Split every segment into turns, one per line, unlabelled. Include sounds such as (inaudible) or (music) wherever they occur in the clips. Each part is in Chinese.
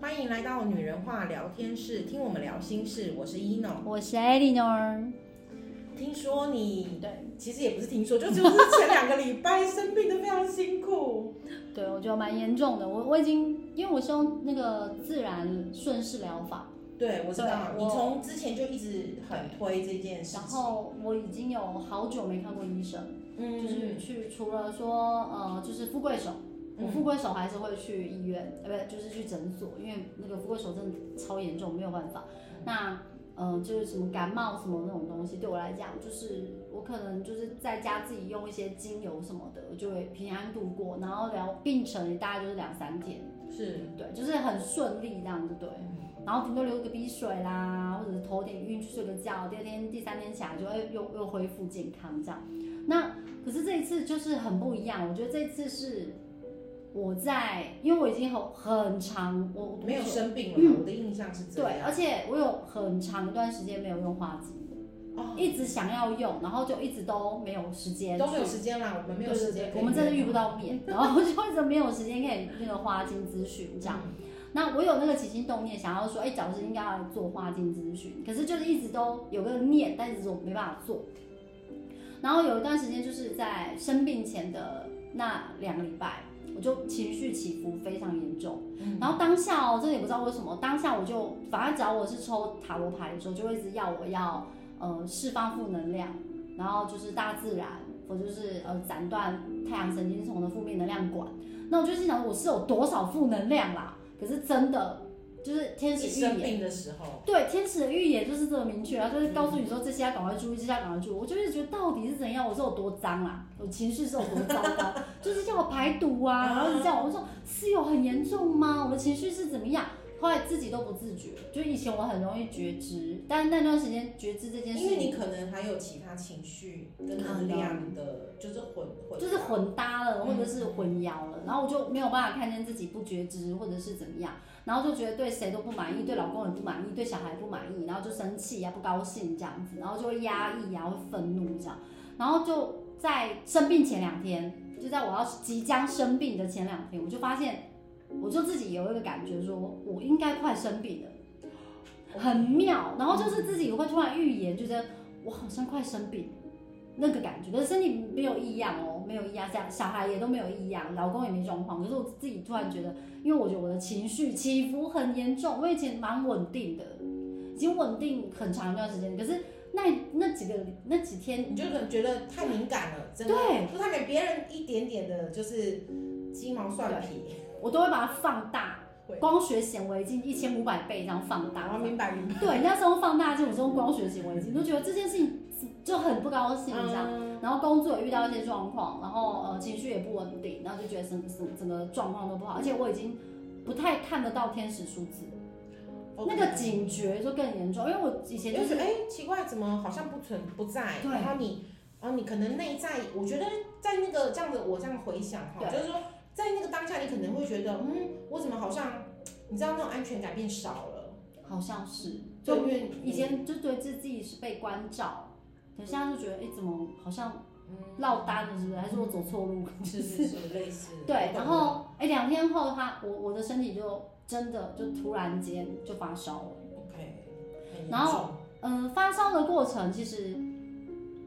欢迎来到女人话聊天室，听我们聊心事。我是一 n o
我是 Eleanor，
听说你
对
其实也不是听说，就就是前两个礼拜生病的非常辛苦。
对，我觉得蛮严重的。我我已经因为我是用那个自然顺势疗法，
对，我知道，
对
你
我
从之前就一直很推这件事
然
情。
后我已经有好久没看过医生，
嗯，
就是去除了说呃就是富贵手，我
嗯
富贵手还是会去医院，呃不就是去诊所，因为那个富贵手真的超严重，没有办法。
嗯
那呃就是什么感冒什么那种东西，对我来讲就是我可能就是在家自己用一些精油什么的，我就会平安度过，然后疗病程大概就是两三天。
是
对，就是很顺利这样子，对。然后顶多流个鼻水啦，或者是头点晕去睡个觉，第二天、第三天起来就会又又恢复健康这样。那可是这一次就是很不一样，我觉得这次是我在，因为我已经很很长，我我
没有
我
生病了嘛？我的印象是这
对，
样。
而且我有很长一段时间没有用花精，
哦，
一直想要用，然后就一直都没有时间去，
都没有时间啦，我们没有时间可以约。
我们真的遇不到面，然后就一直没有时间可以那个花精咨询这样。
嗯
那我有那个起心动念，想要说，哎、早知应该要来做花精咨询，可是就是一直都有个念，但是我没办法做。然后有一段时间就是在生病前的那两个礼拜，我就情绪起伏非常严重。
嗯
然后当下哦，真的也不知道为什么，当下我就反正只要我是抽塔罗牌的时候，就会一直要我要呃释放负能量，然后就是大自然，我就是呃斩断太阳神经丛的负面能量管。那我就心想，我是有多少负能量啦？可是真的就是天
一
使预
生
言。
病的时候，
对，天使的预言就是这么明确，他就是告诉你说这些要赶快注意，这些要赶快注意。我就是觉得到底是怎样，我是有多脏啦、我情绪是有多糟糕，就是叫我排毒啊，然后你叫我，我说是有很严重吗？我的情绪是怎么样？后来自己都不自觉，就以前我很容易觉知，但是那段时间觉知这件事
因为你
情
可能还有其他情绪跟
可
能
能
量的，就是混混，
就是混搭了，
嗯
或者是混淆了，然后我就没有办法看见自己不觉知或者是怎么样，然后就觉得对谁都不满意，对老公也不满意，对小孩不满意，然后就生气呀、不高兴这样子，然后就会压抑呀、会愤怒这样，然后就在生病前两天，就在我要即将生病的前两天，我就发现，我就自己有一个感觉说，我应该快生病了。很妙，然后就是自己会突然预言，觉得我好像快生病，那个感觉，可是身体没有异样哦，没有异样，小小孩也都没有异样，老公也没状况，可是我自己突然觉得，因为我觉得我的情绪起伏很严重，我以前蛮稳定的，已经稳定很长一段时间，可是那那几个那几天 (laughs)
你就可能觉得太敏感了，真的，
对
就他给别人一点点的，就是鸡毛蒜皮，
我都会把它放大
会，嗯
光学显微镜一千五百倍这样放大，
然后明白明白，
对，那时候放大镜，我是用光学显微镜，就觉得这件事情就很不高兴这样。
嗯
然后工作也遇到一些状况，然后呃情绪也不稳定，然后就觉得整整整个状况都
嗯
不好，而且我已经不太看得到天使数字，那个
紧，
警觉就更严重，因为我以前就
就是
是
哎、奇怪，怎么好像不存不在？
对
然后你，然后你可能内在，我觉得在那个这样子，我这样回想哈，
对
就是说在那个当下，你可能会觉得，嗯，我怎么好像，你知道那种安全感变少了，
好像是，
对
就
因为
以前就对自自己是被关照，可是现在就觉得哎、怎么好像
嗯
落单了是不是？ (laughs) 还是我走错路？
是是是类似，
对，
我懂
然后哎两、天后他我我的身体就真的就突然间就发烧了。
，OK，很严
然后
重
嗯，发烧的过程其实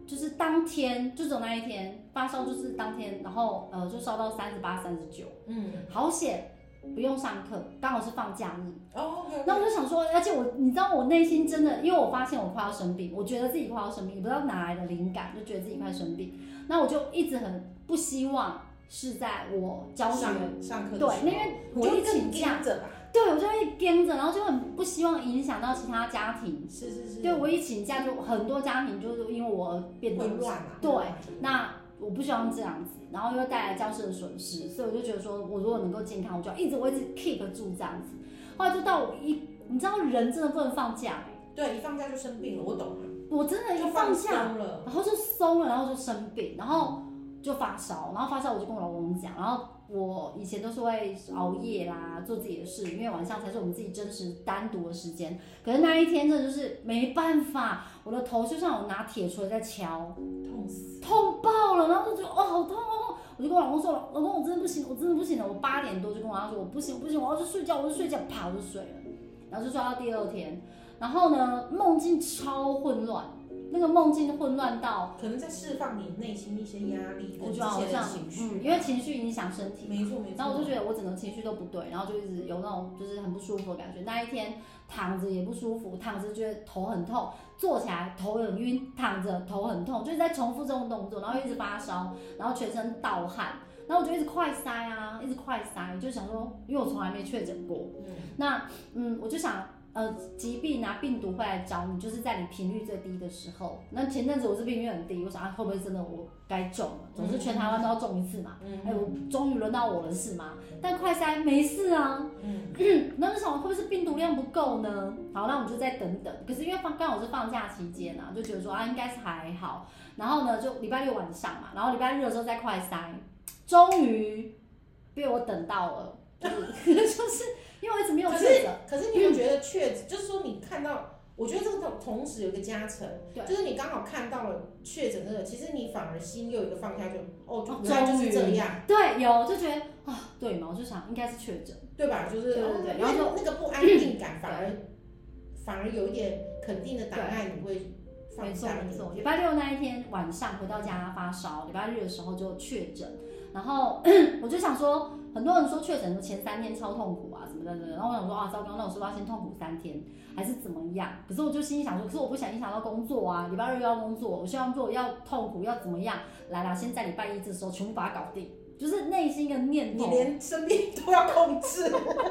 就是当天，就只有那一天发烧，就是当天，然后呃就烧到三十八、三十九，
嗯，
好险不用上课，刚好是放假日。
哦，OK，OK，
那我就想说，而且我你知道我内心真的，因为我发现我快要生病，我觉得自己快要生病，也不知道哪来的灵感，就觉得自己快生病，那我就一直很不希望是在我教学
上上课的
对
时候
那因为
你就
我一
更
请假
盯着吧，
对我就会跟着，然后就很不希望影响到其他家庭。
是是是，
对我一请假，就很多家庭就是因为我而变得
会乱啊，
对
会乱，
那我不希望这样子，然后又带来教室的损失，所以我就觉得说，我如果能够健康，我就要一直我一直 keep 住这样子。后来就到我一，你知道人真的不能放假、
对，一放假就生病了，我懂了，
我真的
就
一放假，
松了，
然后就松了，然后就生病，然后就发烧，然后发烧我就跟我老公讲，然后我以前都是会熬夜啦，做自己的事，因为晚上才是我们自己真实单独的时间。可是那一天真的就是没办法，我的头就像我拿铁锤在敲，
痛死，
痛爆了，然后就觉得哦好痛好痛，我我就跟我老公说，老公我真的不行，我真的不行了。我八点多就跟我妈说，我不行，我不行，我要去睡觉，我就睡觉，啪我就睡了，然后就睡到第二天，然后呢梦境超混乱，那个梦境混乱到
可能在释放你内心一些压力
我
跟之
觉得好
前
像
的情绪，
嗯，因为情绪影响身体，
没错没错。
然后我就觉得我整个情绪都不对，然后就一直有那种就是很不舒服的感觉。那一天躺着也不舒服，躺着觉得头很痛，坐起来头很晕，躺着头很痛，就是在重复这种动作，然后一直发烧，然后全身盗汗，然后我就一直快塞啊，一直快塞，就想说，因为我从来没确诊过，那嗯，我就想。呃，疾病啊，病毒会来找你，就是在你频率最低的时候。那前阵子我是频率很低，我想啊，会不会真的我该中了？总是全台湾都要中一次嘛。
嗯
哎、我终于轮到我了是吗？但快筛没事啊， (clears throat)
嗯
那为什么会不会是病毒量不够呢？好，那我们就再等等。可是因为放刚好是放假期间啊，就觉得说啊应该是还好。然后呢，就礼拜六晚上嘛，然后礼拜日的时候再快筛，终于被我等到了，就是 (laughs) 就是因为我一直没有
可是
确诊，
可是你有觉得确，就是说你看到，我觉得这个同同时有一个加成，
对
就是你刚好看到了确诊这个，其实你反而心又有一个放下就，哦，
哦
就原来就
终于
是这样，
对，有就觉得啊对嘛，我就想应该是确诊，
对吧？就是
对对
哦
对
因为
然后嗯
那个不安定感反而反而有一点肯定的答案，你会
没
放
错
下一
没
点
错，礼拜六那一天晚上回到家发烧，礼拜日的时候就确诊，然后 (clears throat) 我就想说，很多人说确诊的前三天超痛苦啊什么的，然后我想说啊糟糕，那我是不是要先痛苦三天，还是怎么样？可是我就心里想说，可是我不想影响到工作啊，礼拜日要工作，我希望做要痛苦要怎么样，来啦，先在礼拜一这时候全部把它搞定，就是内心一个念
你
头，
连生病都要控制， (laughs)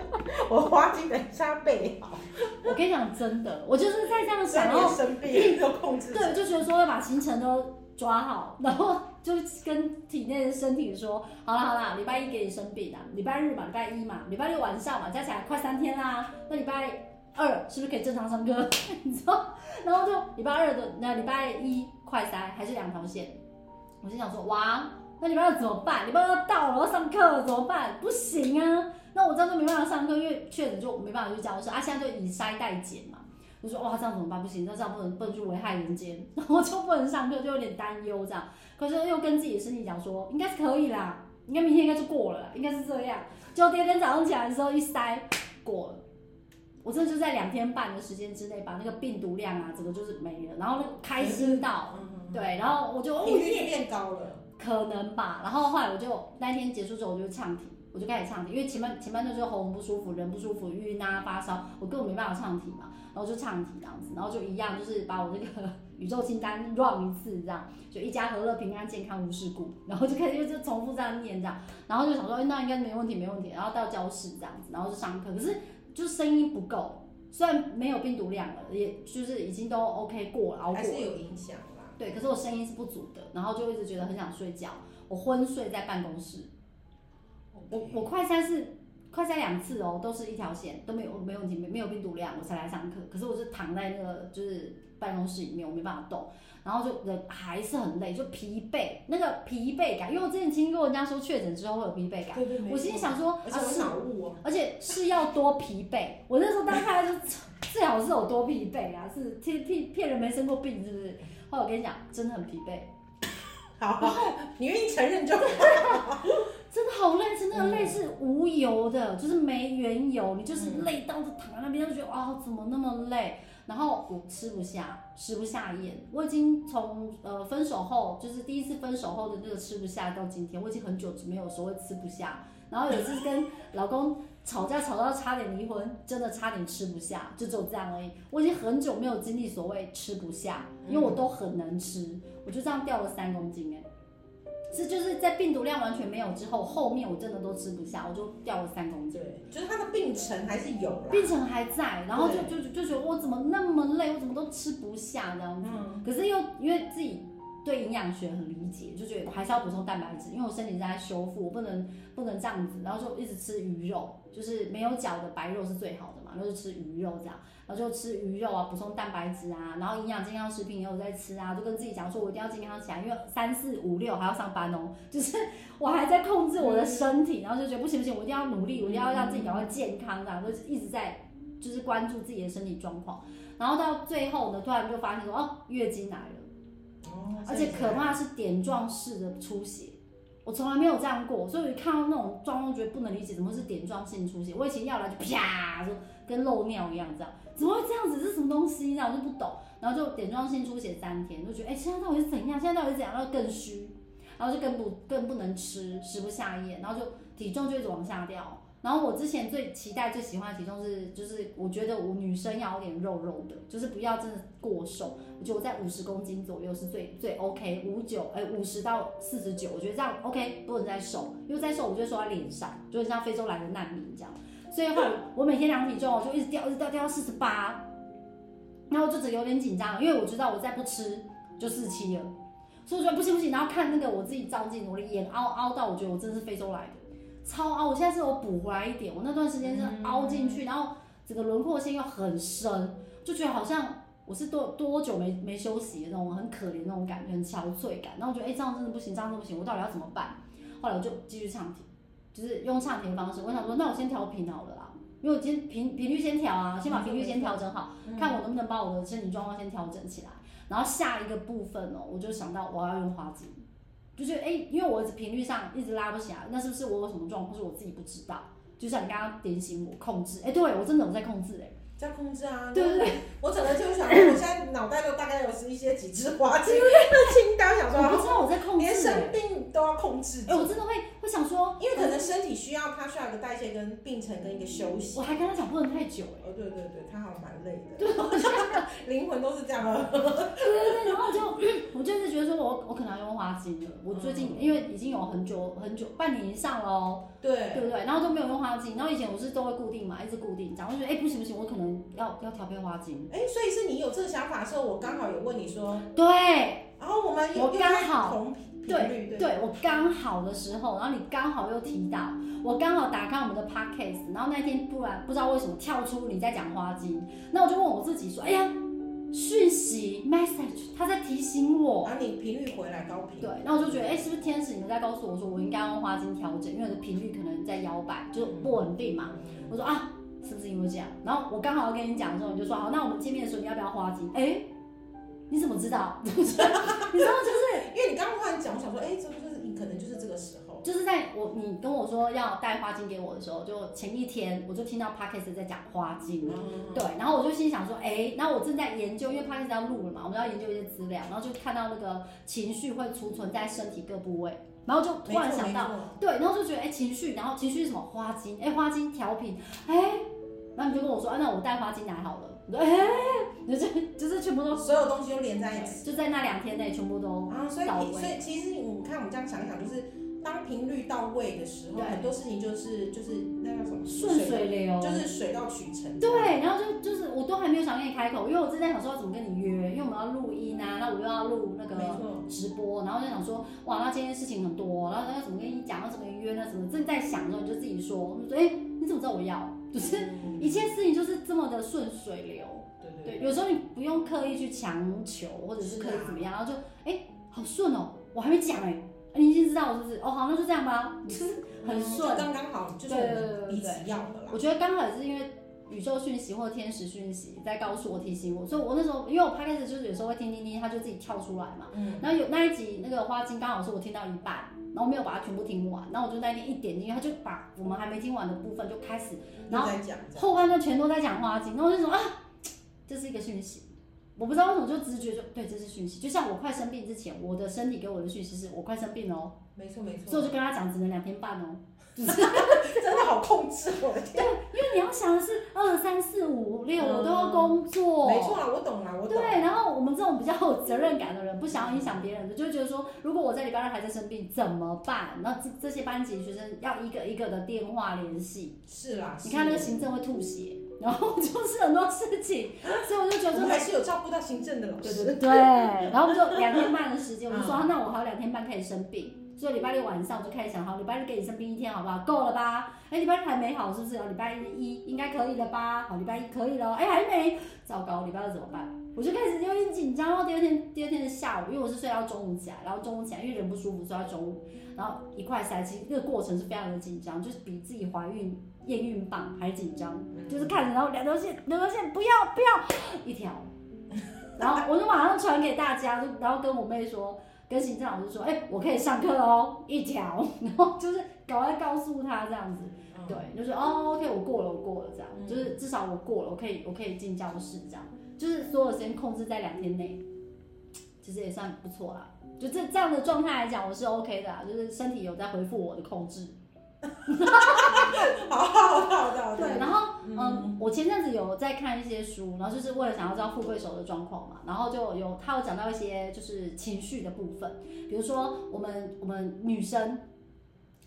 我花精等一下背
哦
好，
我跟你讲真的，我就是在这样
虽
想，
然
然后
连生病都控制，
对，就觉得说要把行程都抓好，然后就跟体内的身体说， (laughs) 好啦好啦，礼拜一给你生病啦，啊礼拜日嘛，礼拜一嘛，礼拜六晚上嘛，加起来快三天啦，那礼拜。二是不是可以正常上课？ (laughs) 你知道，然后就礼拜二的那礼拜一快塞还是两条线，我就想说哇，那礼拜二怎么办？礼拜二到了我要上课了怎么办？不行啊，那我这样就没办法上课，因为确诊就没办法去教室啊。现在就以筛代检嘛，我就说啊哇，这样怎么办？不行，那这样不能不能去危害人间，然后就哦不能上课，就有点担忧这样。可是又跟自己的身体讲说，应该是可以啦，应该明天应该就过了啦，应该是这样。结果第二天早上起来的时候一筛过了。我真的就在两天半的时间之内把那个病毒量啊，整个就是没了，然后那个开心到，
嗯，
对，然后我就哦
频率
耶
就变高了，
可能吧。然后后来我就那一天结束之后，我就呛体，我就开始呛体，因为前半前半段就是喉咙不舒服、人不舒服、晕啊、发烧，我根本没办法呛体嘛，然后就呛体这样子，然后就一样就是把我这个宇宙清单 run 一次，这样就一家和乐、平安、健康、无事故，然后就开始就重复这样念这样，然后就想说，哎，那应该没问题，没问题，然后到教室这样子，然后就上课，可是就声音不够。虽然没有病毒量了，也就是已经都 OK 过了，熬过
还
了
是有影响啦。
对，可是我声音是不足的，然后就一直觉得很想睡觉，我昏睡在办公室。我
嗯
我快三是快三两次哦，都是一条线，都没有没有问题，没没有病毒量，我才来上课。可是我就躺在那个就是办公室里面，我没办法动，然后就人还是很累，就疲惫那个疲惫感，因为我之前听过人家说确诊之后会有疲惫感，
对对，没
我心里想说
错，而
啊
且我
是
脑雾
(laughs)
哦，
而且是要多疲惫。我那时候当下就 (laughs) 最好是有多疲惫啊，是骗骗骗人没生过病是不是？后来我跟你讲，真的很疲惫，
好，你愿意承认就好，
真的好累，是那个累是无由的，就是没缘由，你就是累到就躺在那边就觉得哦，怎么那么累？然后我吃不下，吃不下咽。我已经从呃分手后，就是第一次分手后的那个吃不下到今天，我已经很久没有所谓吃不下。然后有一次跟老公吵架，吵到差点离婚，真的差点吃不下，就只有这样而已。我已经很久没有经历所谓吃不下，因为我都很能吃，我就这样掉了三公斤哎、是就是在病毒量完全没有之后，后面我真的都吃不下，我就掉了三公斤。
对，就是他的病程还是有啦，
病程还在，然后就就就就觉得我怎么那么累，我怎么都吃不下这样子。
嗯
可是又因为自己对营养学很理解，就觉得我还是要补充蛋白质，因为我身体在修复，我不能不能这样子，然后就一直吃鱼肉，就是没有脚的白肉是最好的嘛，然后就吃鱼肉这样，然后就吃鱼肉啊，补充蛋白质啊，然后营养健康食品也有在吃啊，就跟自己讲说我一定要健康起来，因为三四五六还要上班哦，就是我还在控制我的身体，然后就觉得不行不行，我一定要努力，我一定要让自己赶快健康这样，就是一直在就是关注自己的身体状况，然后到最后呢，突然就发现说哦，月经来了。
哦
而且可怕是点状式的出血，我我从来没有这样过，所以我一看到那种状况，觉得不能理解，怎么会是点状性出血？我以前要来就啪，就跟漏尿一样这样，怎么会这样子？这是什么东西？然后我就不懂，然后就点状性出血三天，就觉得哎、现在到底是怎样？现在到底是怎样？然后更虚，然后就更不更不能吃，食不下咽，然后就体重就一直往下掉。然后我之前最期待、最喜欢的体重是，就是我觉得我女生要有点肉肉的，就是不要真的过瘦。我觉得我在五十公斤左右是最最 OK，五九哎五十到四十九，我觉得这样 OK，不能再瘦，因为再瘦我就会瘦在脸上，就很像非洲来的难民这样。所以后来我每天量体重，我就一直掉，一直掉，掉到四十八，然后我就只有点紧张了，因为我知道我再不吃就四七了，所以我觉得不行不行。然后看那个我自己照镜子，我的眼凹凹到，我觉得我真的是非洲来的。超凹，我现在是有补回来一点，我那段时间是凹进去，然后整个轮廓线又很深，就觉得好像我是多多久没没休息的那种，很可怜那种感觉，很憔悴感。然后我觉得，哎、这样真的不行，这样真的不行，我到底要怎么办？后来我就继续唱停，就是用唱停的方式。我想说，那我先调频好了啦，因为我今天频频率先调啊，先把频率先调整好，
嗯
看我能不能把我的身体状况先调整起来。然后下一个部分哦，我就想到我要用花精。就是哎、诶因为我频率上一直拉不起来，那是不是我有什么状况是我自己不知道？就像你刚刚点醒我控制，哎、对我真的有在控制哎、
在控制啊，
对对
对，我整个就
(clears throat)
想，我现在脑袋都大概有是一些几枝花精的清单，想
我不
说
知道我在控制
连
哎、
生病都要控制
哎、，我真的会会想说，
因为可能身体需要，它需要一个代谢跟病程跟一个休息。
我还跟他讲不能太久哎、
哦，对对对，他好像蛮累的，对， (laughs) 灵魂都是这样
嗯
的。
对对对，然后我就 (clears throat) 我就是觉得说我我可能要用花精了，我最近、因为已经有很久很久半年以上了哦，
对，
对不对？然后都没有用花精，然后以前我是都会固定嘛，一直固定讲，我就觉得哎、不行不行，我可能要要调配花精，
哎，所以是你有这个想法的时候，我刚好有问你说，
对。
然后我们有
我
又
刚
在
好
同频
对
率，对，
对我刚好的时候，然后你刚好又提到，我刚好打开我们的 podcast，然后那天突然不知道为什么跳出你在讲花精，那我就问我自己说，哎呀，讯息 message 他在提醒我，
然后你频率回来高频，
对，那我就觉得，哎、是不是天使你们在告诉我说我应该用花精调整，因为我的频率可能在摇摆，就是不稳定嘛。我说啊，是不是因为这样？然后我刚好要跟你讲的时候，你就说好，那我们见面的时候你要不要花精？哎、你怎么知道？你知道就是。
(laughs) 因为你刚刚突然讲，我想说，哎，这不就是你可能就是这个时候，
就是在我你跟我说要带花精给我的时候，就前一天我就听到 Parkes 在讲花精，
嗯，
对，然后我就心想说，哎、然后我正在研究，因为 Parkes 要录了嘛，我们要研究一些资料，然后就看到那个情绪会储存在身体各部位，然后就突然想到，
到，
对，然后就觉得哎、情绪，然后情绪是什么花精，哎、花精调频，哎、然后你就跟我说，啊、那我带花精来好了，我说哎、 (laughs) 就是就是全部都
所有东西都连在一起。
就在那两天内全部都
啊，所以
嗯到
你
位
所以其实我们看我们这样想一想，就是当频率到位的时候，
对
很多事情就是就是那叫什么
顺，水流，
就是水到渠成。啊
对，然后就就是我都还没有想跟你开口，因为我正在想说要怎么跟你约，因为我们要录音啊，那我又要录那
没
个
错，
直播，然后就想说哇，那今天事情很多，然后要怎么跟你讲，要怎么约呢？怎么正在想的时候你就自己说，我就说哎、你怎么知道我要？就是
嗯
一切事情就是这么的顺水流，
对对对，
对，有时候你不用刻意去强求，或者是刻意怎么样，然后就哎、好顺哦，我还没讲哎、你已经知道我是不是？哦，好，那就这样吧，就是很
嗯
顺
就。刚刚好，就是我
对对对
们
对
彼此要的啦
我。觉得刚好也是因为宇宙讯息或者天使讯息在告诉我、提醒我，所以我那时候因为我 p 开始就是有时候会听听听，它就自己跳出来嘛。
嗯，
然后有那一集那个花精刚好是我听到一半，然后没有把它全部听完，然后我就那一天一点进去，他就把我们还没听完的部分就开始，然
又
后
在讲这样
后半段全都在讲花精，然后我就说啊，这是一个讯息。我不知道为什么就直觉就对，这是讯息。就像我快生病之前，我的身体给我的讯息是我快生病了哦，
没错没
所以
错
我，就跟他讲只能两天半哦。
(laughs) 真的好控制哦我的
(laughs)
天。
因为你要想的是二三四五六，我都要
嗯
工作，
没错啦，我懂啦，我懂。
对，然后我们这种比较有责任感的人，不想要影响别人的，就会觉得说，如果我在礼拜二还在生病怎么办？那这这些班级学生要一个一个的电话联系，
是啦，
你看那个
是
行政会吐血，然后就是很多事情，所以我就觉
我
得
们
说。
还是有照顾到行政的老
对
师。嗯
对
(laughs)
对，然后我们就两天半的时间，我就说、啊那我还有两天半可以生病，所以礼拜六晚上我就开始想，好，礼拜日给你生病一天，好不好？够了吧？哎，礼拜日还没好，是不是？哦礼拜一应该可以了吧？好，礼拜一可以了，哎，还没，糟糕，礼拜二怎么办？我就开始有点紧张，然后第二天第二天的下午，因为我是睡到中午起来，然后中午起来，因为人不舒服，睡到中午，然后一块塞，其实那个过程是非常的紧张，就是比自己怀孕验孕棒还紧张。就是看着，然后两条线，两条线不要不要一条，然后我就马上传给大家，就然后跟我妹说，跟行政老师说，哎、我可以上课哦，一条， (laughs) 然后就是赶快告诉他这样子。
嗯
对，就是哦，OK，我过了，我过了，这样，
嗯
就是至少我过了，我可以，我可以进教室，这样，就是所有时间控制在两天内，其实也算不错啦。就这这样的状态来讲，我是 OK 的啊，就是身体有在恢复我的控制。
(laughs) 好好好的，好
对，
的
然后
嗯
嗯，我前阵子有在看一些书，然后就是为了想要知道富贵手的状况嘛，然后就有他有讲到一些就是情绪的部分，比如说我们我们女生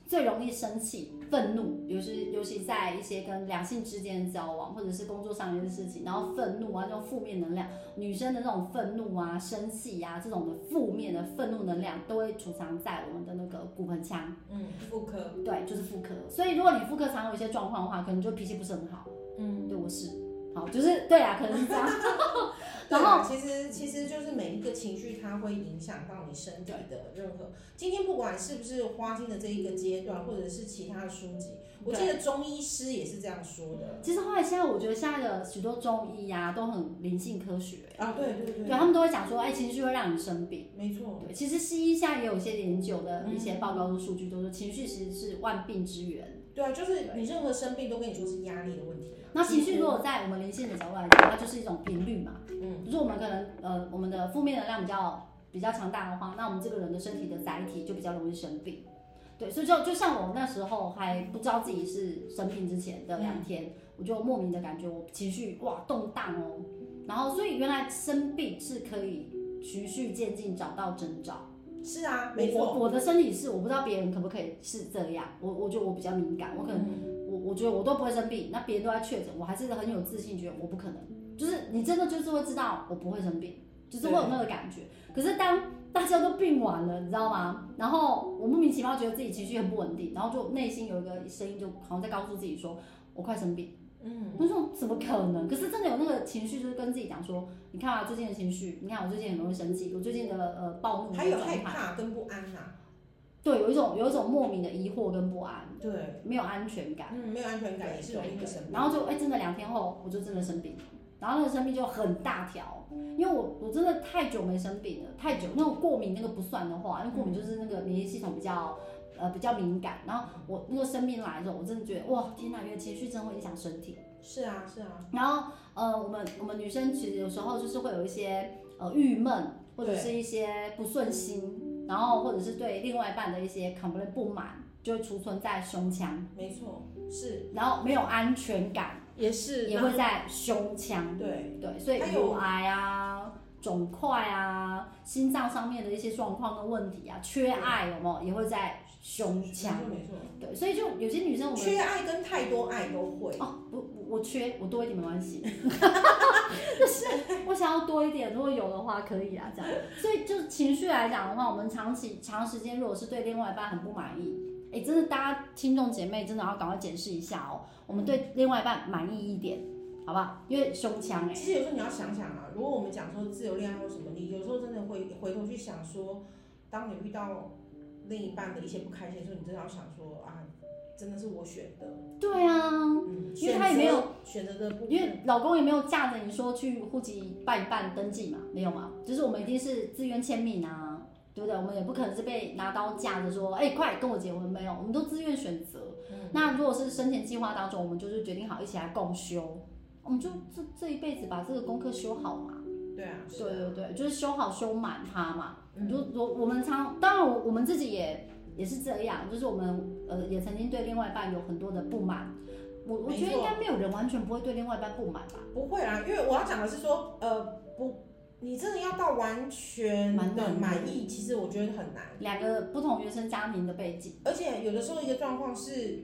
最容易生气、愤怒，尤其尤其在一些跟两性之间的交往或者是工作上面的事情，然后愤怒啊这种负面能量，女生的那种愤怒啊、生气啊这种的负面的愤怒能量都会储藏在我们的那个骨盆腔。
嗯，妇科，
对，就是妇科。所以如果你妇科常有一些状况的话，可能就脾气不是很好。
嗯，
对，我是。好，就是对啊，可能是这样。 (laughs)
对
然
啊，
后
其实其实就是每一个情绪，它会影响到你身体的任何。今天不管是不是花精的这一个阶段，或者是其他的书籍，我记得中医师也是这样说的。
其实后来现在我觉得现在的许多中医啊都很灵性科学，
啊，对对
对
对，
他们都会讲说，哎，情绪会让你生病。
没错，
对，其实西医现在也有一些研究的一些报告跟数据都说，情绪其实是万病之源。
对啊，就是你任何生病都跟你说是压力的问题嘛。
那情绪如果在我们灵性的角度来讲，它就是一种频率嘛。
嗯，
就是我们可能呃我们的负面能量比较比较强大的话，那我们这个人的身体的载体就比较容易生病。对，所以就就像我那时候还不知道自己是生病之前的两
嗯
天，我就莫名的感觉我情绪哇动荡哦，然后所以原来生病是可以循序渐进找到征兆。
是啊，没
我
错，
我我的身体是我不知道别人可不可以是这样，我我觉得我比较敏感，我可能、我我觉得我都不会生病，那别人都在确诊，我还是很有自信，觉得我不可能，就是你真的就是会知道我不会生病，就是会有那个感觉。可是当大家都病完了，你知道吗？然后我莫名其妙觉得自己情绪很不稳定，然后就内心有一个声音就好像在告诉自己说，我快生病。
嗯，
我说怎么可能？可是真的有那个情绪，就是跟自己讲说，你看啊，最近的情绪，你看我最近很容易生气，我最近的呃暴怒的
还有
状
害
态，
怕跟不安呐、
对，有一种有一种莫名的疑惑跟不安，
对，
没有安全感，
嗯，没有安全感也是容易会
嗯对
生病。
然后就哎、真的两天后我就真的生病了，然后那个生病就很大条，因为我我真的太久没生病了，太久那种过敏那个不算的话，因为过敏就是那个免疫系统比较。呃，比较敏感，然后我那个生病来的时候，我真的觉得哇，天哪，原来情绪真的会影响身体。
是啊，是啊，
然后呃，我们我们女生其实有时候就是会有一些呃郁闷，或者是一些不顺心，然后或者是对另外一半的一些 complain 不满，就会储存在胸腔，
没错，是
然后没有安全感
也是
也会在胸腔，
对，
对，所以
还有
乳癌啊。肿块啊，心脏上面的一些状况跟问题啊，缺爱有没有也会在胸腔？
没错，
对，所以就有些女生我
没错
们
缺爱跟太多爱都会。
哦，不，我我缺，我多一点没关 (laughs) 系。就是我想要多一点，如果有的话可以啊，这样。所以就情绪来讲的话，我们长期长时间如果是对另外一半很不满意，哎，真的大家听众姐妹真的要赶快检视一下哦，我们对另外一半满意一点，好不好？因为胸腔哎、
其实有时候你要想想啊，如果我们讲说自由恋爱或什么，你有时候真的会回头去想说，当你遇到另一半的一些不开心的时候，你真的要想说啊，真的是我选的，
对啊，
嗯，
因为他也没有
选择选择的不，
因为老公也没有架着你说去户籍办一办登记嘛，没有嘛，就是我们一定是自愿签名啊，对不对？我们也不可能是被拿刀架着说，哎、快跟我结婚没有？我们都自愿选择。
嗯
那如果是生前计划当中，我们就是决定好一起来共修，我们就这这一辈子把这个功课修好嘛。
对啊，是
对
啊
对对，就是修好修满它嘛。
嗯
你就我我们常当然我我们自己也也是这样，就是我们呃也曾经对另外一半有很多的不满。我我
没
觉得
错
应该没有人完全不会对另外一半不满吧。
不会啦，因为我要讲的是说，呃，不，你真的要到完全
蛮
的
难的
满意，其实我觉得很难。
两个不同原生家庭的背景，
而且有的时候一个状况是，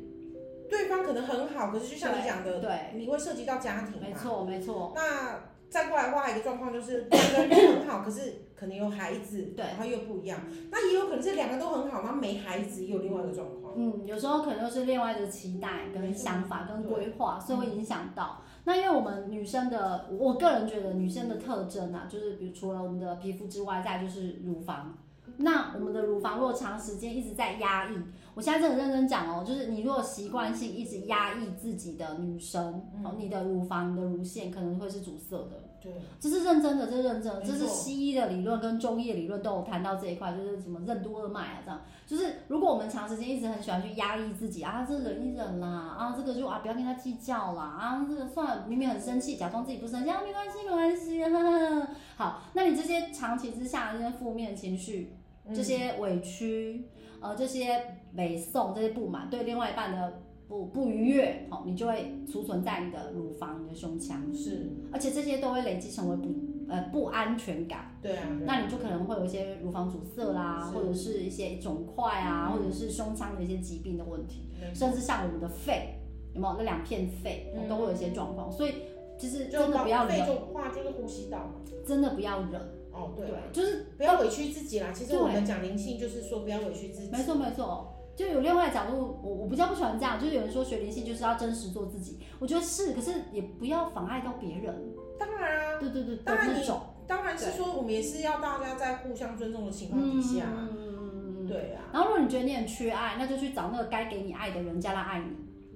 对方可能很好，可是就像你讲的，
对，
你会涉及到家庭
没
嘛。
错没错，
那再过来的话，还有一个状况就是两个人很好，可是可能有孩子，
对
然后又不一样。那也有可能是两个都很好，然后没孩子，也有另外一个状况。
嗯，有时候可能就是另外的期待
没
跟
错
想法跟
对
规划，所以会影响到。那因为我们女生的，我个人觉得女生的特征啊，就是比如除了我们的皮肤之外，再来就是乳房。那我们的乳房如果长时间一直在压抑，我我现在真的认真讲哦，就是你如果习惯性一直压抑自己的女生，哦，你的乳房、你的乳腺可能会是阻塞的，
对，
这是认真的，这是认真的，
没
这
错
是西医的理论跟中医的理论都有谈到这一块，就是什么任督二脉啊，这样，就是如果我们长时间一直很喜欢去压抑自己啊，这忍一忍啦，啊，这个就啊不要跟他计较啦，啊，这个算了，明明很生气，假装自己不生气，啊，没关系，没关系，呵呵呵好，那你这些长期之下这些负面情绪，这些
嗯
委屈，呃，这些北宋这些不满，对另外一半的不不愉悦，好、你就会储存在你的乳房、你的胸腔，
是，
而且这些都会累积成为不呃不安全感，
对啊，对啊
那你就可能会有一些乳房阻塞啦，
是嗯
或者是一些肿块啊，或者是胸腔的一些疾病的问题，
没错
甚至像我们的肺，有没有那两片肺、
嗯
都会有一些状况，所以其实
就
真的不要
肺
忍，
就话就是呼吸道嘛，
真的不要忍，
哦对，
就是。
不要委屈自己啦。其实
对
我们讲灵性就是说不要委屈自己，
没错没错，就有另外的角度，我我比较不喜欢这样，就是有人说学灵性就是要真实做自己，我觉得是，可是也不要妨碍到别人。
当然啊，
对对对，
当然
的
你
那种
当然是说我们也是要大家在互相尊重的情况底下啊，
嗯
对啊，
然后如果你觉得你很缺爱，那就去找那个该给你爱的人，叫他爱你。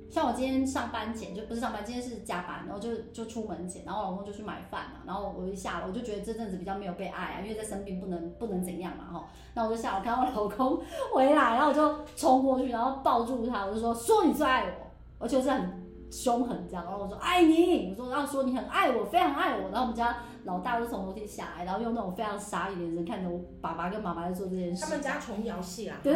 像我今天上班前就不是上班，今天是加班，然后就就出门前，然后我老公就去买饭嘛，然后我一下楼我就觉得这阵子比较没有被爱啊，因为在生病不能不能怎样嘛哈，那我就下楼看到我老公回来，然后我就冲过去，然后抱住他，我就说说你最爱我，而且我是很凶狠这样，然后我说爱你，我说然后说你很爱我，非常爱我，然后我们家老大就从楼梯下来，然后用那种非常傻眼的眼神看着我爸爸跟妈妈在做这件事
他，们家琼瑶戏啊啦，
对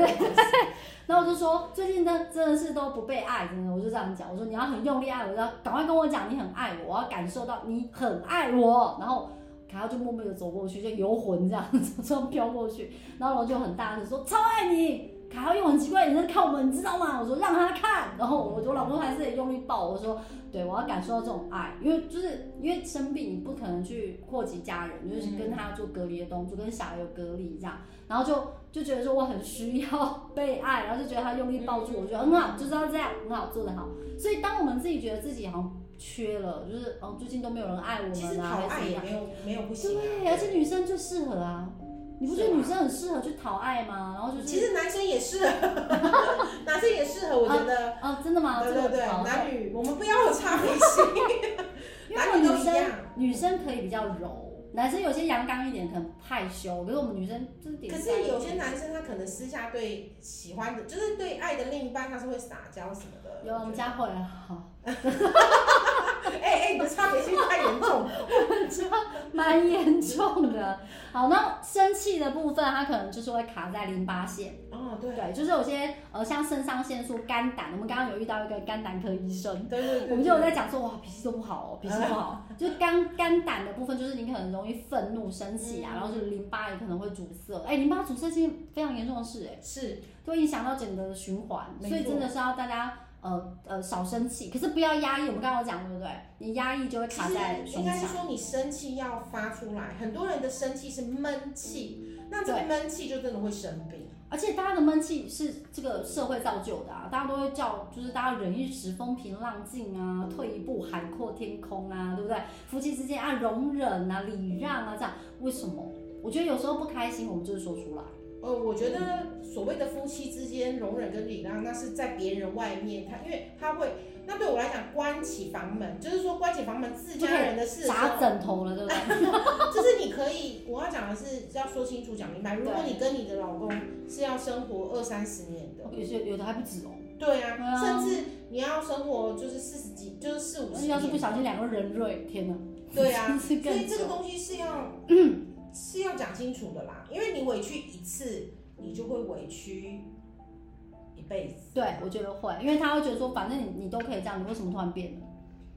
然后我就说，最近真真的是都不被爱，真的，我就这样讲，我说你要很用力爱我，要赶快跟我讲你很爱我，我要感受到你很爱我。然后凯耀就默默的走过去，就游魂这样子这样飘过去，然后我就很大声说超爱你。凯耀用很奇怪的眼神看我们，你知道吗？我说让他看，然后我我老公还是得用力抱我说，对我要感受到这种爱，因为就是因为生病，你不可能去扩及家人，就是跟他做隔离的动作，跟小孩有隔离这样，然后就就觉得说我很需要被爱，然后就觉得他用力抱住我，我觉得很好，就是要这样，很好，做得好。所以当我们自己觉得自己好像缺了，就是嗯，最近都没有人爱 (laughs) 我
(laughs) 其实
们啊，
讨
还
爱
是怎
也
样？
没有没有不行啊，
对，而且女生就适合啊，你不觉得
是啊
女生很适合去讨爱吗？然后就是
其实男生也适
(laughs)
合，男生也适合，我觉得，
啊，真的吗？
对
这个
对对，
好
男女我们不要有差别性，
(laughs) 因为我
男
们
女都
女
一
生
样。
女生可以比较柔，男生有些阳刚一点，可能害羞，可是我们女生这点
可
在于。
是有些男生他可能私下对喜欢的，就是对爱的另一半，他是会撒娇什么的。
有我们家会好，
我觉得哎 (laughs) 哎，你的差别性太严重
(laughs)
了。
蛮严重的。好，那生气的部分，它可能就是会卡在淋巴腺。
哦，对
对，就是有些呃，像肾上腺素、肝胆，我们刚刚有遇到一个肝胆科医生，
对对对，
我们就有在讲说，哇，脾气都不好哦，脾气不好，就是肝肝胆的部分，就是你可能容易愤怒、生气啊，
嗯
然后就是淋巴也可能会阻塞，哎，淋巴阻塞其实非常严重的事，哎，
是
都会影响到整个循环，
没错
所以真的是要大家。呃呃，少生气，可是不要压抑。我们刚刚有讲对不对？你压抑就会
其
卡在
实
胸
应该是
腔。
说你生气要发出来，很多人的生气是闷气，那这个闷气就真的会生病。
而且大家的闷气是这个社会造就的啊，大家都会叫，就是大家忍一时风平浪静啊，退一步海阔天空啊，对不对？夫妻之间啊，容忍啊，礼让啊，这样为什么？我觉得有时候不开心，我们就是说出来。
呃，我觉得所谓的夫妻之间容忍跟礼让，那是在别人外面，他因为他会，那对我来讲，关起房门，就是说关起房门自家人的事的时
砸
候，
枕头 (laughs) 了，对不
(laughs)
对？
就是你可以，我要讲的是要说清楚、讲明白。如果你跟你的老公是要生活二三十年的，
有些有的还不止哦。
对
对
啊，
啊
甚至你要生活就是四十几，就是四五十
要是不
年，
小心两个人瑞，天哪！
对啊，
(laughs) 是
所
更
以这
久
个。东西是要是要讲清楚的啦，因为你委屈一次，你就会委屈一辈子。
对，我觉得会，因为他会觉得说，反正你你都可以这样，你为什么突然变了？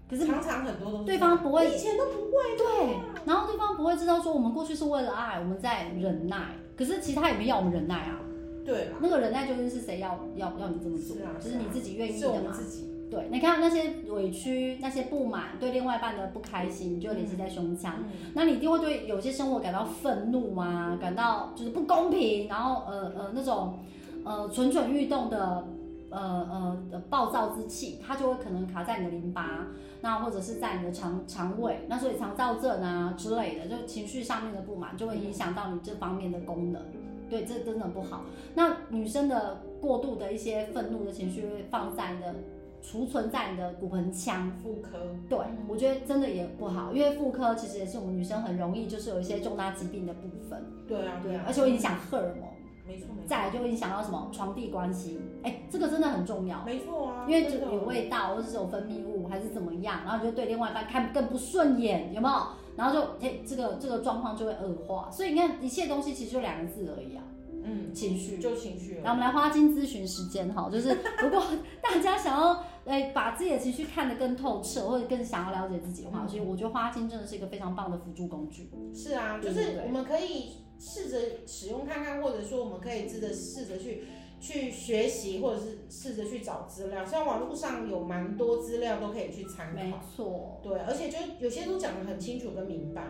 可是
常常很多都是
对方不会
你以前都不会
对，然后对方不会知道说我们过去是为了爱，我们在忍耐，可是其实他也没要我们忍耐啊。
对啦，
那个忍耐究竟是谁要要要你这么做？
是啊
就是你自己愿意
是我
的
们
嘛。
自己
对，你看那些委屈、那些不满，对另外一半的不开心，就会累积在胸腔。
嗯
那你一定会对有些生活感到愤怒啊，感到就是不公平，然后呃呃那种呃蠢蠢欲动的呃呃呃暴躁之气，它就会可能卡在你的淋巴，那或者是在你的肠肠胃，那所以肠燥症啊之类的，就情绪上面的不满就会影响到你这方面的功能。对，这真的不好。那女生的过度的一些愤怒的情绪会放在你的储存在你的骨盆腔，
嗯妇科，
对我觉得真的也不好，因为妇科其实也是我们女生很容易就是有一些重大疾病的部分，
对啊，
对
啊，，
而且会影响荷尔蒙，
没错没错，
再来就会影响到什么床地关系，哎，这个真的很重要。
没错啊，
因为就
真的
有味道，或者是有分泌物，还是怎么样，然后你就对另外一半看更不顺眼，有没有？然后就哎、这个这个状况就会恶化。所以你看，一切东西其实就两个字而已啊，
嗯，
情绪。
就情绪了
然后我们来花精咨询时间哈，就是如果 (laughs) 大家想要哎把自己的情绪看得更透彻，或者更想要了解自
嗯
己的话，所以我觉得花精真的是一个非常棒的辅助工具。
是啊，就
对对
是
对
我们可以试着使用看看，或者说我们可以试着试着去去学习，或者是试着去找资料。像网络上有蛮多资料都可以去参
没
考，
错。
对，而且就有些都讲得很清楚跟明白。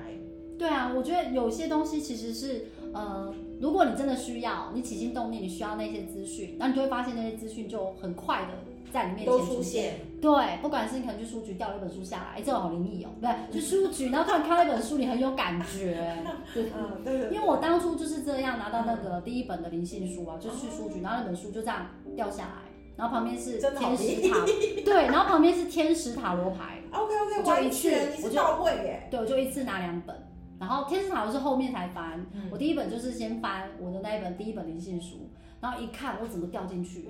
对啊，我觉得有些东西其实是，呃，如果你真的需要，你起心动念，你需要那些资讯，那你就会发现那些资讯就很快的在你面前
都出
现。
现，
对，不管是你可能去书局调了一本书下来，哎，这个好灵异哦，不对，去书局，然后突然看到一本书，你很有感觉。
(laughs) 嗯，对
(laughs) 因为我当初就是这样拿到那个第一本的灵性书
哦
啊，就是去书局，然后那本书就这样掉下来，然后旁边是
真的好
天使塔，对，然后旁边是天使塔罗牌。
，OK
我
OK，
就一
完
次
全你是
我就
到位耶，
对，我就一次拿两本。然后《天使塔罗》是后面才翻，
嗯
我第一本就是先翻我的那一本第一本灵性书，然后一看我整个掉进去，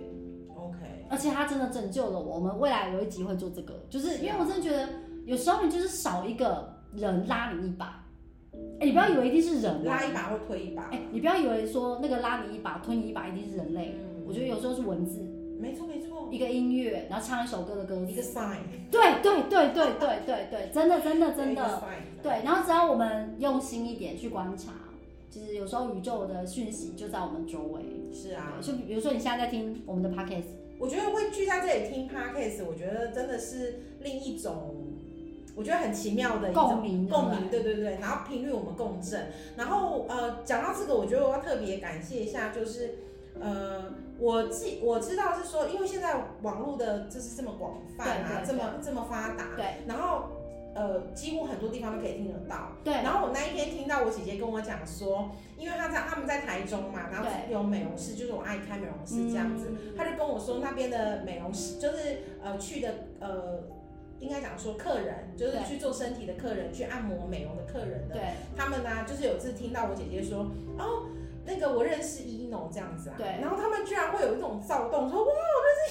，OK，
而且它真的拯救了我。我们未来有一集会做这个，就是因为我真的觉得有时候你就是少一个人拉你一把，哎，你不要以为一定是人啊
拉，一把或推一把，
哎，你不要以为说那个拉你一把、推你一把一定是人类，
嗯，
我觉得有时候是文字，
没错没错，
一个音乐，然后唱一首歌的歌
一个
词，
sign，
对对对对对对对，真的真的真
一个
的。
sign，
对，然后只要我们用心一点去观察，其实有时候宇宙的讯息就在我们周围。
是啊，
就比如说你现在在听我们的 podcast，
我觉得会聚在这里听 podcast，我觉得真的是另一种，我觉得很奇妙的一
共
种
鸣，
共
对不
鸣，对对对。然后频率我们共振，然后呃，讲到这个，我觉得我要特别感谢一下，就是呃，我记我知道是说，因为现在网络的就是这么广泛啊，
对对对
这么这么发达，
对
然后呃，几乎很多地方都可以听得到。
对
然后我那一天听到我姐姐跟我讲说，因为她在他们在台中嘛，然后
对
有美容室，就是我阿姨开美容室这样子，
嗯
她就跟我说那边的美容师就是呃去的呃，应该讲说客人就是
对
去做身体的客人，去按摩美容的客人的，
对
他们呢、就是有次听到我姐姐说，哦。那个我认识 ino 这样子啊，
对
然后他们居然会有一种躁动，说哇，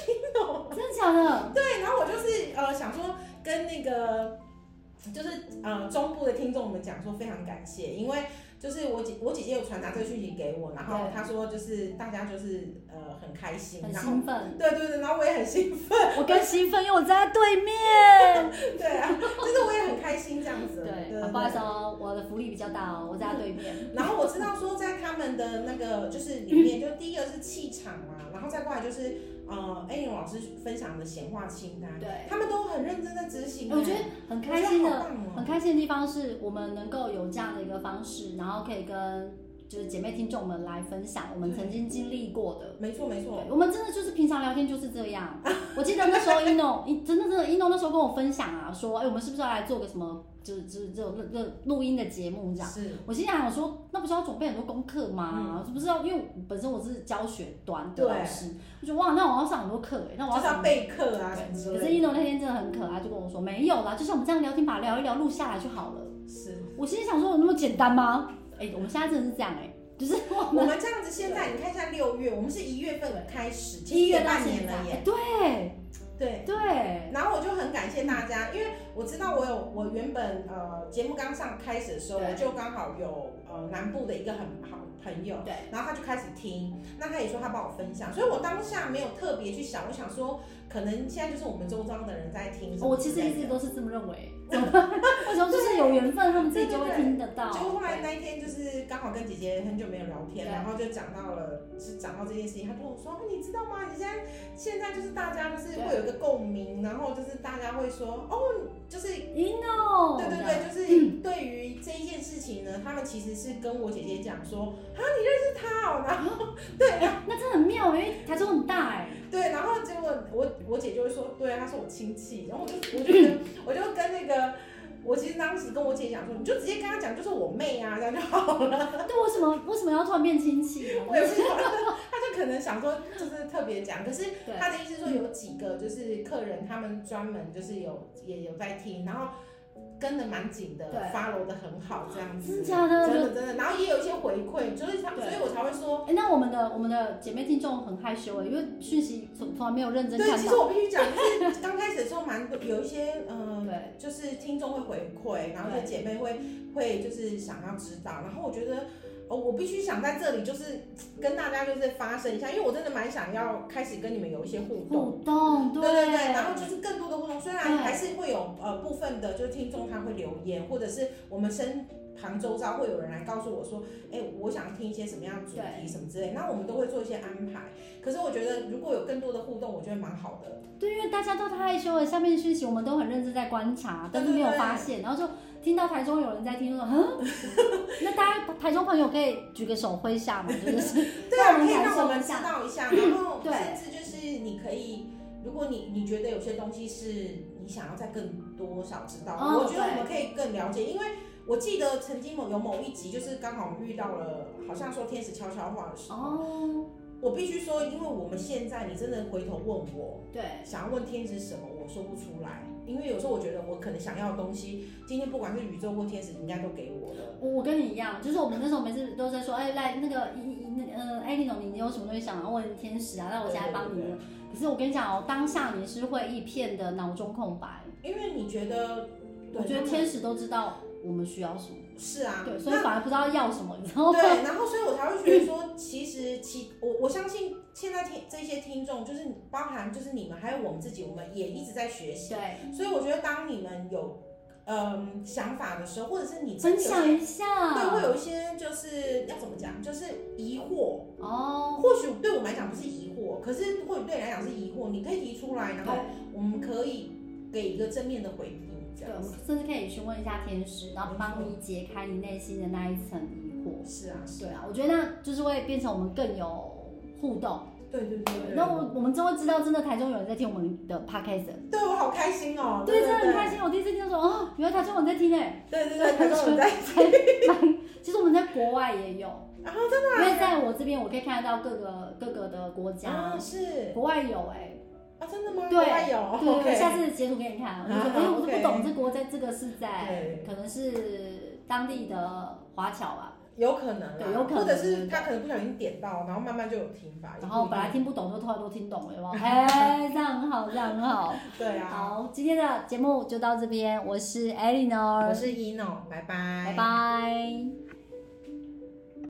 对，真的假的？
对，然后我就是呃想说跟那个就是呃中部的听众们讲说非常感谢，因为就是我姐我姐姐有传达这个讯息给我，然后
对
她说就是大家就是呃很开心，
很
然后
兴奋，
对对对，然后我也很兴奋，
我更兴奋，因为我站在对面。
对啊，就是我也很开心这样子，
对，啊不好意思哦，我的福利比较大哦，我站在对面。
然后我知道说，在他们的那个就是里面，就第一个是气场啊，然后再过来就是呃，艾伦老师分享的显化清单，
对，哎
他们都很认真在执行欸、
我觉得很开心
我觉得
的
好，棒哦
很开心的地方是我们能够有这样的一个方式，然后可以跟就是姐妹听众们来分享我们曾经经历过的。
没错没错，
对，我们真的就是平常聊天就是
(laughs)
这样。我记得那时候 ino，一真的真的 ino 那时候跟我分享啊，说哎、我们是不是要来做个什么，就是就是这种录录录音的节目这样。
是
我心想说，那不是要准备很多功课吗？是不是要？因为我本身我是教学端的
嗯对
老师，我觉得哇，那我要上很多课哎、那我
就
要
是
上
要备课啊什
对
么之
可是
类
ino 那天真的很可爱，就跟我说没有啦，就像我们这样聊天，把它聊一聊，录下来就好了。
的。是，
我心里想说，有那么简单吗？哎、我们现在真的是这样哎、就是我
我
们
们这样子现在你看一下六月，我们是一月份开始，其实
一
也
月到
半
现
年
在，
了耶，
哎对
对。
对，
然后我就很感谢大家，因为我知道我有我原本呃节目刚上开始的时候，
对
我就刚好有呃南部的一个很好朋友，
对，
然后他就开始听，那他也说他帮我分享，所以我当下没有特别去想，我想说可能现在就是我们周遭的人在听什么之类的，
哦我其实一直都是这么认为，怎么办 (laughs) 为什么就是有缘分，他们自己就会听得到。
结果后来那一天就是刚好跟姐姐很久没有聊天，
对
然后就讲到了，是讲到这件事情，她跟我说，哦你知道吗？你现在现在就是大家就是
对
会有一个共鸣，然后就是大家会说，哦，就是
，ino，
对对对，就是对于这一件事情呢，他们其实是跟我姐姐讲说，啊，你认识他哦，然后
哎、那真的很妙，因为台中很大
(laughs)
哎、
对，然后结果我我姐就会说，对，他是我亲戚，然后我就我就觉得我就跟那个。我其实当时跟我姐讲说，你就直接跟她讲，就是我妹啊，这样就好了。
对，为什么为什么要突然变亲戚呢？
我也不知道， (laughs) 她就可能想说，就是特别讲。可是
对
她的意思说，有几个就是客人，他们专门就是有也有在听，然后跟的蛮紧的
对
，follow 的很好，这样
真
子。
的假的？
真的真的，然后也有一些回馈，就是他，
对
所以我才会说，
哎、那我们的我们的姐妹听众很害羞哎、因为讯息从从来没有认真
对，
看
其
到
实。我必须讲，就是刚开始的时候蛮多有一些嗯、呃
对，
就是听众会回馈，然后
对
就姐妹会会就是想要知道，然后我觉得。哦，我必须想在这里就是跟大家就是发声一下，因为我真的蛮想要开始跟你们有一些互动，
互动
对对对，然后就是更多的互动，虽然
对
还是会有呃部分的就是听众他会留言，或者是我们身旁周遭会有人来告诉我说，哎、我想听一些什么样的主题什么之类，那我们都会做一些安排。可是我觉得如果有更多的互动，我觉得蛮好的。
对，因为大家都太害羞了，下面讯息我们都很认真在观察，但是没有发现，然后就听到台中有人在听，就说嗯， (laughs) 那大家台中朋友可以举个手挥下嘛，真的是 (laughs)
对啊，
让人
可以
感
让
受
我们
一
知
下
道一下，然后
(clears throat) 对
甚至就是你可以，如果你你觉得有些东西是你想要再更多少知道的，
哦
我觉得
对
我们可以更了解，因为我记得曾经某有某一集就是刚好遇到了，好像说天使悄悄话的时候，
哦，
我必须说，因为我们现在你真的回头问我
对，
想要问天使什么，我说不出来，因为有时候我觉得我可能想要的东西，今天不管是宇宙或天使，人家都给我了。
我我跟你一样，就是我们那时候每次都在说，哎，来那个一一那呃，艾丽总，你有什么东西想要问天使啊？那我现在帮你
对
问。可是我跟你讲哦，当下你是会一片的脑中空白，
因为你觉得，
我觉得天使都知道我们需要什么，
是啊，
对，所以
那
反而不知道要什么，你知道吗？
对，然后所以我才会觉得说，其实其我我相信现在听这些听众，就是包含就是你们，还有我们自己，我们也一直在学习。
(laughs) 对，
所以我觉得当你们有嗯、想法的时候，或者是你真
分
的有
享一下，
对，会有一些就是要怎么讲，就是疑惑。
哦，
或许对我们来讲不是疑惑，可是或许对你来讲是疑惑，你可以提出来，然后
对。
我们可以给一个正面的回应，这
对，
样
我
子
们。甚至可以询问一下天使，然后帮你解开你内心的那一层疑惑。
是啊，是
对啊，我觉得那就是会变成我们更有互动。
对对对对。
那我我们就会知道，真的台中有人在听我们的 podcast。
对我好开心哦、
对，真的很
对
开心。我第一次听到说，哦，原来台中有人在听诶。
对对对，他跟我们在一起。
(laughs) 其实我们在国外也有，
然后啊真的
因为在我这边我可以看得到各个各个的国家
啊，，是
国外有诶。
啊，真的吗？
对
国外有
对对对，
OK
下次截图给你看。我就说，
啊
哎、我都不
OK
懂这国在这个是在
对，
可能是当地的华侨吧。
有可能啦，
对有可能
或者是他可能不小心点到，然后慢慢就有听吧。
然后本来听不懂，就突然都听懂了，有没 (laughs) 有？哎，这样很好，这样很好。
对啊，
好，今天的节目就到这边，我是 Eleanor，
我是 Eno，拜拜，
拜拜。